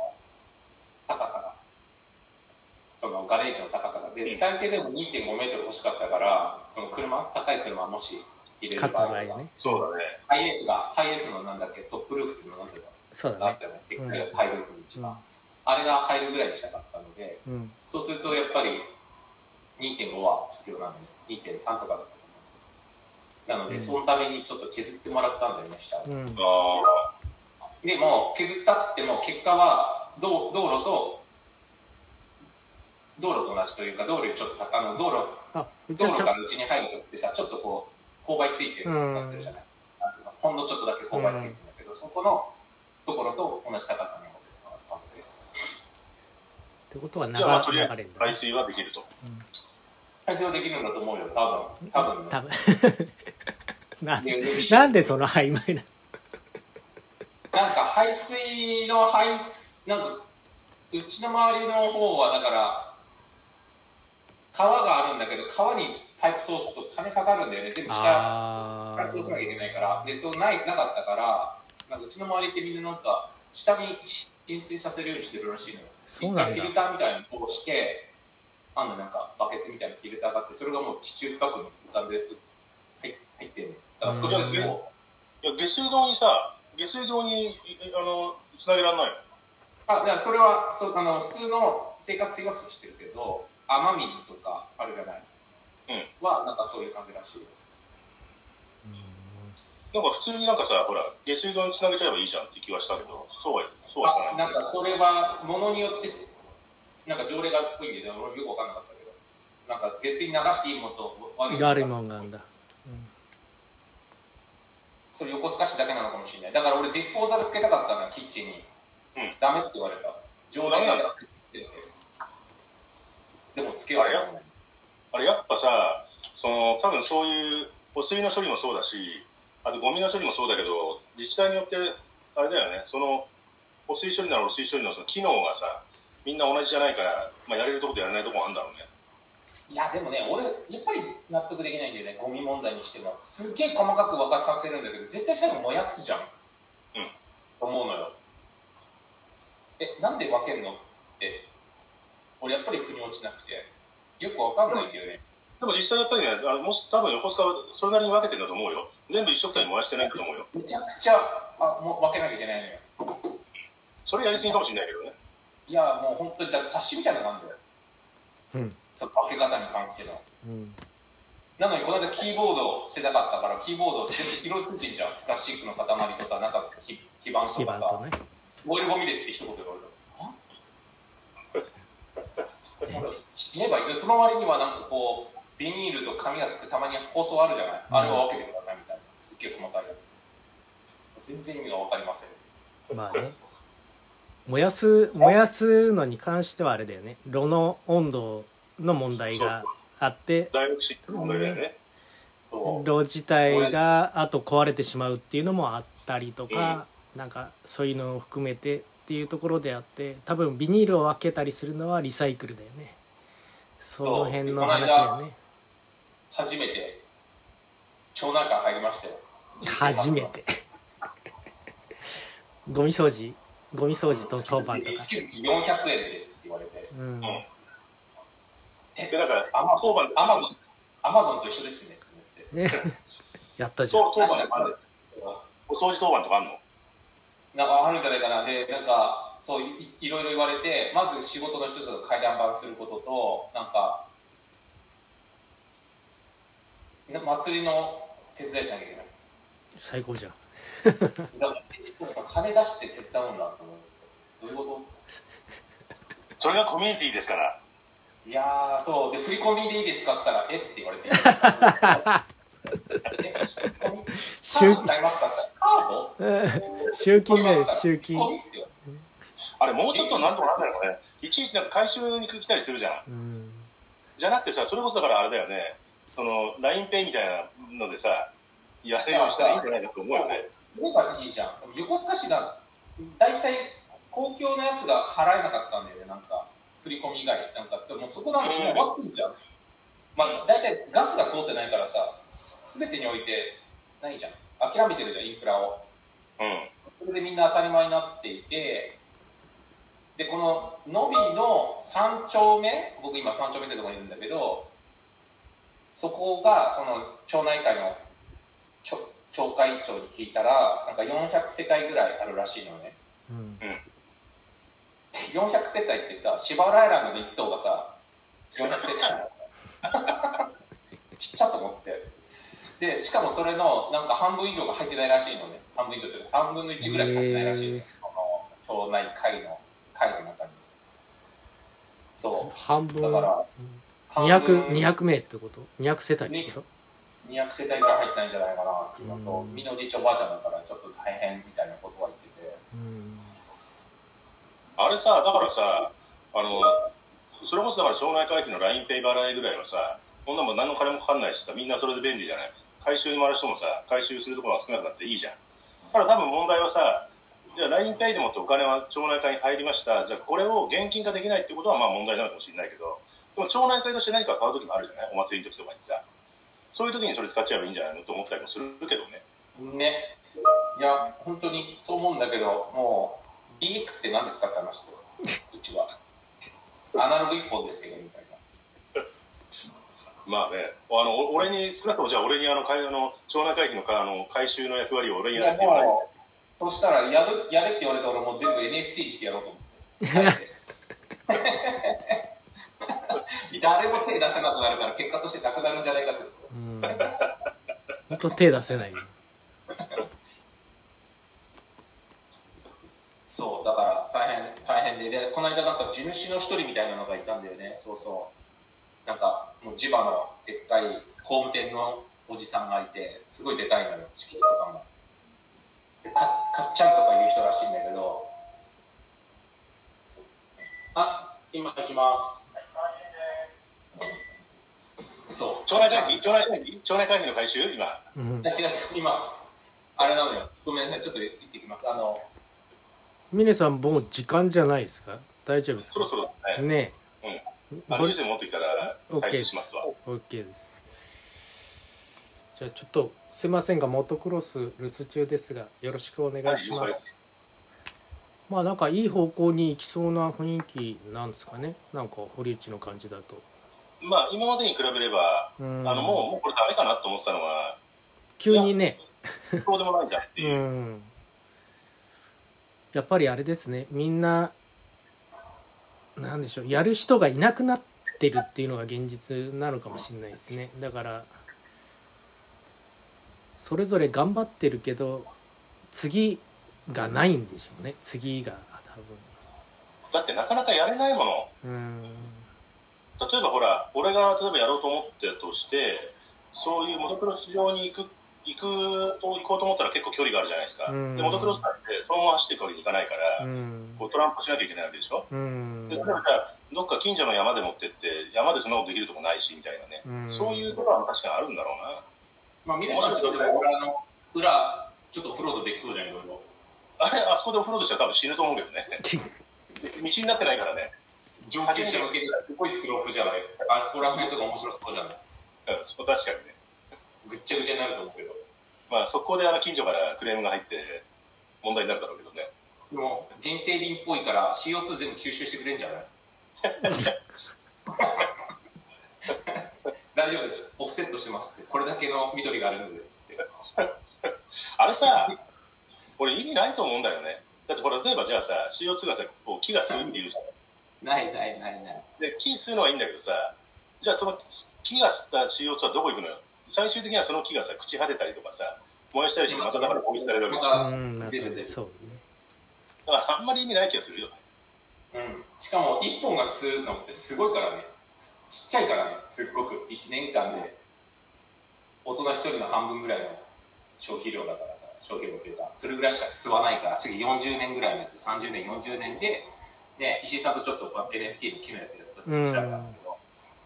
B: 高さが。そのガレージの高さが。で、最低でも2.5メートル欲しかったから、その車、高い車もし入れ
A: 買
B: る
A: っ
B: 場
A: た
B: 合
A: 場合
B: は、
A: ね
C: そうだね。
B: ハイエースが、ハイエースのなんだっけ、トップルーフっていうのなんていうの
A: そう
B: あ
A: だね
B: ったよね。でっかいやつ入るふうに一番。あれが入るぐらいにしたかったので、
A: うん
B: そうするとやっぱり2.5は必要なので、2.3とかだったと思う。なので、
A: うん
B: そのためにちょっと削ってもらったんだよね、下を。
A: うん
C: あ
B: でも、削ったっつっても、結果は道道路と、道路と同じというか、道路よりちょっと高あの道路、
A: あうち
B: 道
A: は
B: 路
A: ち
B: から
A: ょ
B: うちに入るときってさ、ちょっとこう、勾配ついてるなってるじゃない、なんていうのほんのちょっとだけ勾配ついてるんだけど、そこのところと同じ高さに合わせてもらったので。
A: ってことは流
C: じゃあまあとりあえず
A: 流れるん
C: あ、
A: だ
C: 排
A: ね
C: 水はできると。
B: 改善はできるんだと思うよ、多分。多分ね。
A: 多分 な
B: で
A: なんでその曖昧な
B: なんか排水の排水、なんかうちの周りの方はだから川があるんだけど川にパイプ通すと金かかるんだよね全部下
A: あ
B: から通さなきゃいけないからでそうないなかったからなんかうちの周りってみんななんか下に浸水させるようにしてるらしいのよ
A: そうなん
B: 一回
A: だ
B: フィルターみたいなのをしてあのなんかバケツみたいなフィルターがあってそれがもう地中深くに浮かんでう入入ってんのだから少しずつもう
C: いや下水道にさ下水道にいあのつなげらんないよ
B: あ、だからそれはそうあの普通の生活水はそうしてるけど、雨水とかあるじゃない、
C: う
B: はなんかそういう感じらしいよ。
C: なんか普通になんかさほら下水道につなげちゃえばいいじゃんって気はしたけどそうはそうはいか
B: あ
C: な
B: ないんかそれはものによってすなんか条例がっぽいんで、ね、俺もよくわかんなかったけど、なんか下水流していいものと悪い
A: ー
B: の
A: があるもんがあんだ、
B: それ横須賀市だけなのかもしれない。だから俺ディスポーザルつけたかったなキッチンに、
C: うん
B: ダメって言われた。条例がやっててでもつけようと思わない。
C: あれやっぱさその多分そういう汚水の処理もそうだしあとゴミの処理もそうだけど自治体によってあれだよねその汚水処理なら汚水処理のその機能がさみんな同じじゃないから、まあ、やれるとことやらないとこもあるんだろうね
B: いやでもね俺やっぱり納得できないんだよねゴミ問題にしてもすっげえ細かく沸かさせるんだけど絶対最後燃やすじゃん、
C: うん、
B: 思うのよえなんで分けんのって俺やっぱり腑に落ちなくてよくわかんないんだよね、
C: でも実際やっぱりねあのもし多分横須賀はそれなりに分けてんだと思うよ全部一緒くたに燃やしてないんだと思うよ
B: めちゃくちゃあもう分けなきゃいけないのよ
C: それやりすぎかもしれないけどね
B: いやもう本当にだって冊子みたいなのがあるんだよ
A: うん
B: その分け方に関しての
A: うん、
B: なのにこの間キーボードを捨てたかったからキーボード全部色ついてんじゃんプラスチックの塊とさなんか基基板と
A: 基
B: か
A: 盤
B: さ
A: とね
B: オイルゴミですって一言言われた。あ死ねばいいその割にはなんかこうビニールと紙がつくたまに包装あるじゃない、
A: うん
B: あれは分けてくださいみたいなすっげえ細かいやつ全然意味が分かりません
A: まあね燃やす燃やすのに関してはあれだよね炉の温度の問題があって
C: 大学進の問題だよね、
B: そう
A: 炉自体があと壊れてしまうっていうのもあったりとか、なんかそういうのを含めてっていうところであって多分ビニールを分けたりするのはリサイクルだよねその辺の話だよね
B: 初めて町内会入りましたよ
A: 初めてゴミ掃除ゴミ掃除と当番とか
B: 月々400円ですって言われて
A: うん
C: でなんか
B: アマ
C: 当番
B: アマゾンアマゾンと一緒ですねって言って
A: ねやったじゃん
C: そう当番ある
B: うん
C: お掃除当番とかあんの
B: なんかあるんじゃないかなでなんかそういいろいろ言われてまず仕事の一つが回覧板することとなんかな祭りの手伝いしなきゃいけない
A: 最高じゃん
B: だからえなんか金出して手伝うんだと思ってどういうこ
C: それがコミュニティですから
B: といやーそうで振り込みでいいですかっつったらえって言われてえ振り込みカー
A: 集
B: ド使いますかって言ったらカード
A: 集金だ
B: 使い
A: よ
B: ますか
A: 集
B: 振り
A: 金
B: 込みって言われて
C: あれもうちょっとなんとかなんないのかねいちいちなんか回収に来たりするじゃん
A: うん
C: じゃなくてさそれこそだからあれだよねその l i n e ペイみたいなのでさやるようにしたらいいんじゃないかと思うよね
B: ればいいじゃん横須賀市だ大体公共のやつが払えなかったんだよねなんか振り込み以外なんかもうそこなんかもう終わってんじゃん、まあ大体ガスが通ってないからさす全てにおいてないじゃん諦めてるじゃんインフラを
C: うん
B: それでみんな当たり前になっていてでこのノビの3丁目僕今3丁目ってとこにいるんだけどそこがその町内会のちょ町会長に聞いたらなんか400世帯ぐらいあるらしいのね
A: うん
B: で400世帯ってさ芝浦アイランドの一棟がさ400世帯なのちっちゃと思ってでしかもそれのなんか半分以上が入ってないらしいのね半分以上っていうか3分の1ぐらいしか入ってないらしいの、
A: へー
B: その町内会の会の中にそ
A: 半
B: う
A: 分
B: だから半分
A: 200 200名ってこと200世帯ってこ
B: 200世帯ぐらい入ってないんじゃないかなっていうのと
A: うん
B: みんなおじいちゃんおばあちゃんだからちょっと大変みたいなことは言ってて
A: とうん
C: あれさだからさあのそれこそだから町内会費の l i n e ペイ払いぐらいはさこんなもん何の金もかかんないしさみんなそれで便利じゃない回収に回る人もさ回収するところが少なくなっていいじゃんだから多分問題はさじゃあ LINE 会でもってお金は町内会に入りましたじゃあこれを現金化できないってことはまあ問題なのかもしれないけどでも町内会として何か買う時もあるじゃないお祭りの時とかにさそういう時にそれ使っちゃえばいいんじゃないのと思ったりもするけどね
B: ね。いや、本当にそう思うんだけど、もう、DX って何ですかって話と、うちは。アナログ一本ですけど、みたいな。
C: まあねあのお俺に少なくともじゃあ俺にあの会あの町内会費のかあの回収の役割を俺にやってもらう
B: もう、そしたらやる、やれって言われた俺もう全部 NFT にしてやろうと思って。誰も手出せなくなるから、結果としてなくなるんじゃないか説。
A: うん本当手出せないよ
B: そう、だから大変、大変で、で、この間なんか地主の一人みたいなのがいたんだよね、そうそう。なんか、もう地場のでっかい工務店のおじさんがいて、すごいでかいのよ、敷地とかも。でかかっちゃんとかいう人らしいんだけど、あ、今行きます。そう。
C: 町内会費町内会費町内会費の回収今
A: うん
B: あ違う違う、今、あれなのよ。ごめんなさい、ちょっと行ってきます。あの、
A: 峰さんもう時間じゃないですか大丈夫です
C: そろそろ
A: か
C: ね
A: ねえ
C: あ
A: こ
C: の
A: れ
C: 以前持ってきたら回収しますわ
A: OK ですじゃあちょっとすいませんがモトクロス留守中ですがよろしくお願いしま
C: はい
A: すまあなんかいい方向に行きそうな雰囲気なんですかねなんか堀内の感じだと
C: まあ今までに比べれば
A: う
C: あ
A: ん
C: のもうもうこれダメかなと思ってたの が
A: 急にね
C: そうでもないんだって
A: う
C: いう、
A: んやっぱりあれですねみんななんでしょうやる人がいなくなってるっていうのが現実なのかもしれないですねだからそれぞれ頑張ってるけど次がないんでしょうね次が
C: だってなかなかやれないもの
A: 多分うん
C: 例えばほら俺が例えばやろうと思ってたとしてそういうモトクロス場に行く行くと行こうと思ったら結構距離があるじゃないですか、
A: うん
C: でモトクロスなんてそのまま走っていくわけにいかないから、
A: うん
C: こうトランプしなきゃいけないわけでしょ、
A: うん
C: で例えばじゃあどっか近所の山で持ってって山でそんなことできるとこないしみたいなね、
A: うん
C: そういうことは確かにあるんだろうな
B: まあ、皆さんちょっとでも裏の裏、ちょっとオフロードできそうじゃん、いろいろ。
C: あれあそこでお風呂でしたら多分死ぬと思うけどね 道になってないからね、
B: 上級者向けですごいスロープじゃないあそこら辺とか面白そうじゃない
C: うん、そう確かにね
B: ぐっちゃぐちゃになると思うけど。
C: まあ、速攻であの近所からクレームが入って問題になるだろうけどね。
B: でも、原生林っぽいから CO2 全部吸収してくれんじゃない 大丈夫です。オフセットしてますって。これだけの緑があるんで、つって。
C: あれ さ、俺意味ないと思うんだよね。だってほら、例えばじゃあさ、CO2 がさ、こう木が吸うっていうじゃん。
B: ないないないない。
C: で、木吸うのはいいんだけどさ、じゃあその木が吸った CO2 はどこ行くのよ。最終的にはその木がさ、朽ち果てたりとかさ、燃やしたりして、まただからポイ捨てられるわけでしょ
B: また、う。
A: うんんなんか
B: 出る出る
A: そう
C: だからあんまり意味ない気がするよ。
B: しかも、一本が吸うのってすごいからね。すちっちゃいからね、すっごく。1年間で、大人1人の半分ぐらいの消費量だからさ、消費量っていうか、それぐらいしか吸わないから、次40年ぐらいのやつ、30年、40年で、ね、石井さんとちょっと NFT の木のやつやってたって調べたんだけど、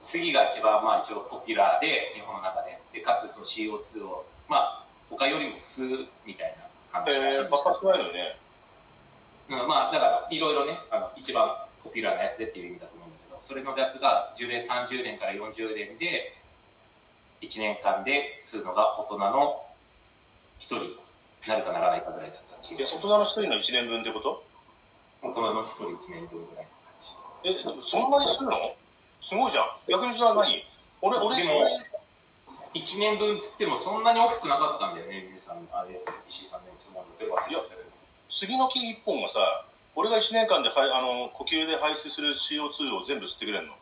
B: 杉が一番まあ一応ポピュラーで、日本の中で、でかつその CO2 を、まあ、他よりも吸うみたいな話をして
C: え
B: て
C: ー、爆発しないのにね。
B: うん、まあだからいろいろねあの一番ポピュラーなやつでっていう意味だと思うんだけどそれのやつが樹齢30年から40年で1年間で吸うのが大人の1人なるかならないかぐらいだったらしい
C: え、
B: です
C: 大人の一人の一年分ってこと
B: 大人の1人1年分ぐらいの感じ
C: え、でもそんなに吸うのすごいじゃん。逆にじゃあ何俺、俺、
B: でも1年分つってもそんなに大きくなかったんだよね皆さんあれですね石井さんの質問全部忘れちゃったけど
C: 杉の木1本がさ俺が1年間ではいあの呼吸で排出する CO2 を全部吸ってくれるの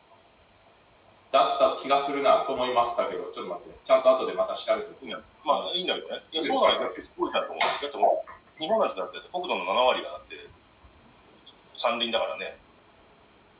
B: だった気がするなと思いましたけどちょっと待ってちゃんと後でまた調べておく
C: まあいいんだけどねいや
B: うん
C: そうなんだよすごいなと思うだってもう日本なんてだって国土の7割がだって山林だからね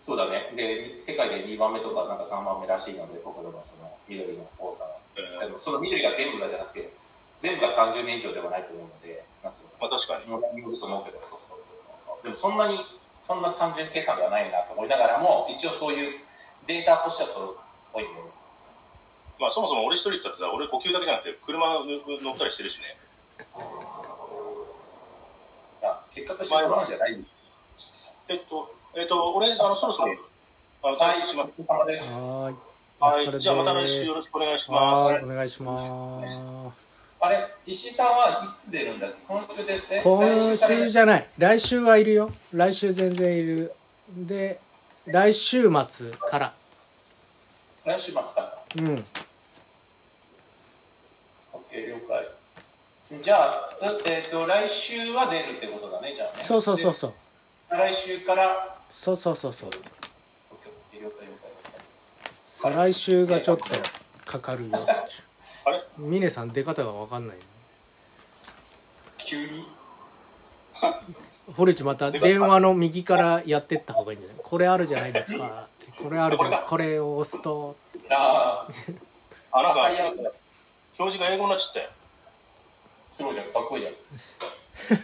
B: そうだね。で、世界で2番目とか、なんか3番目らしいので、国土のその緑の多さは。でも、その緑が全部がじゃなくて、全部が30年以上ではないと思うので、なんつうの
C: ま
B: か
C: あ確かに
B: な、によると思うけど、そうそうそうそうそう。でも、そんなに、そんな単純計算ではないなと思いながらも、一応そういうデータとしてはそう、多いんだよね。
C: まあそもそも俺一人って言ったってさ俺呼吸だけじゃなくて車乗ったりしてるしね
B: あ結果としてそうなんじゃない
C: えっと、えっと、俺、あの、そろそろ、あの、
B: は
C: 退
B: い、お
C: 出します。
B: 疲れ様です。
A: はーい。
C: はい、じゃあまた来週よろ
A: し
C: しくお願いし
A: く
C: ます。
A: お願いします。
B: あれ、石井さんはいつ出るんだっけ今週出て、
A: 今
B: 来週から
A: 週じゃない。来週はいるよ。来週全然いる。で、来週末から。
B: 来週末か。
A: うん。
B: OK、了解。じゃあ、だって、えっと、来週は出るってことだね、じゃあね。
A: そうそうそうそう
B: で。来週から、
A: そうそうそうそう。
B: OK、了解、了解。
A: 再来週がちょっとかかるよ。
C: あれ
A: 峰さん出方がわかんない。
B: 急に
A: 堀内また電話の右からやってった方がいいんじゃないこれあるじゃないですかってこれあるじゃないこれを押すと
B: あ
C: あ、
B: あ、
C: なん
B: 赤
C: か
B: い、やつだ。
C: 表示が英語になっちゃったよ。
B: すごいじゃん、かっこいいじ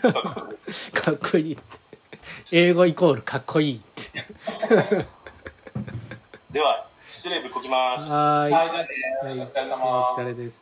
B: ゃん。
A: かっこいいって英語イコールかっこいいって
C: では、失礼ぶっこきます。
A: はーい
B: はい、じゃあね、お疲れ様。
A: お疲れです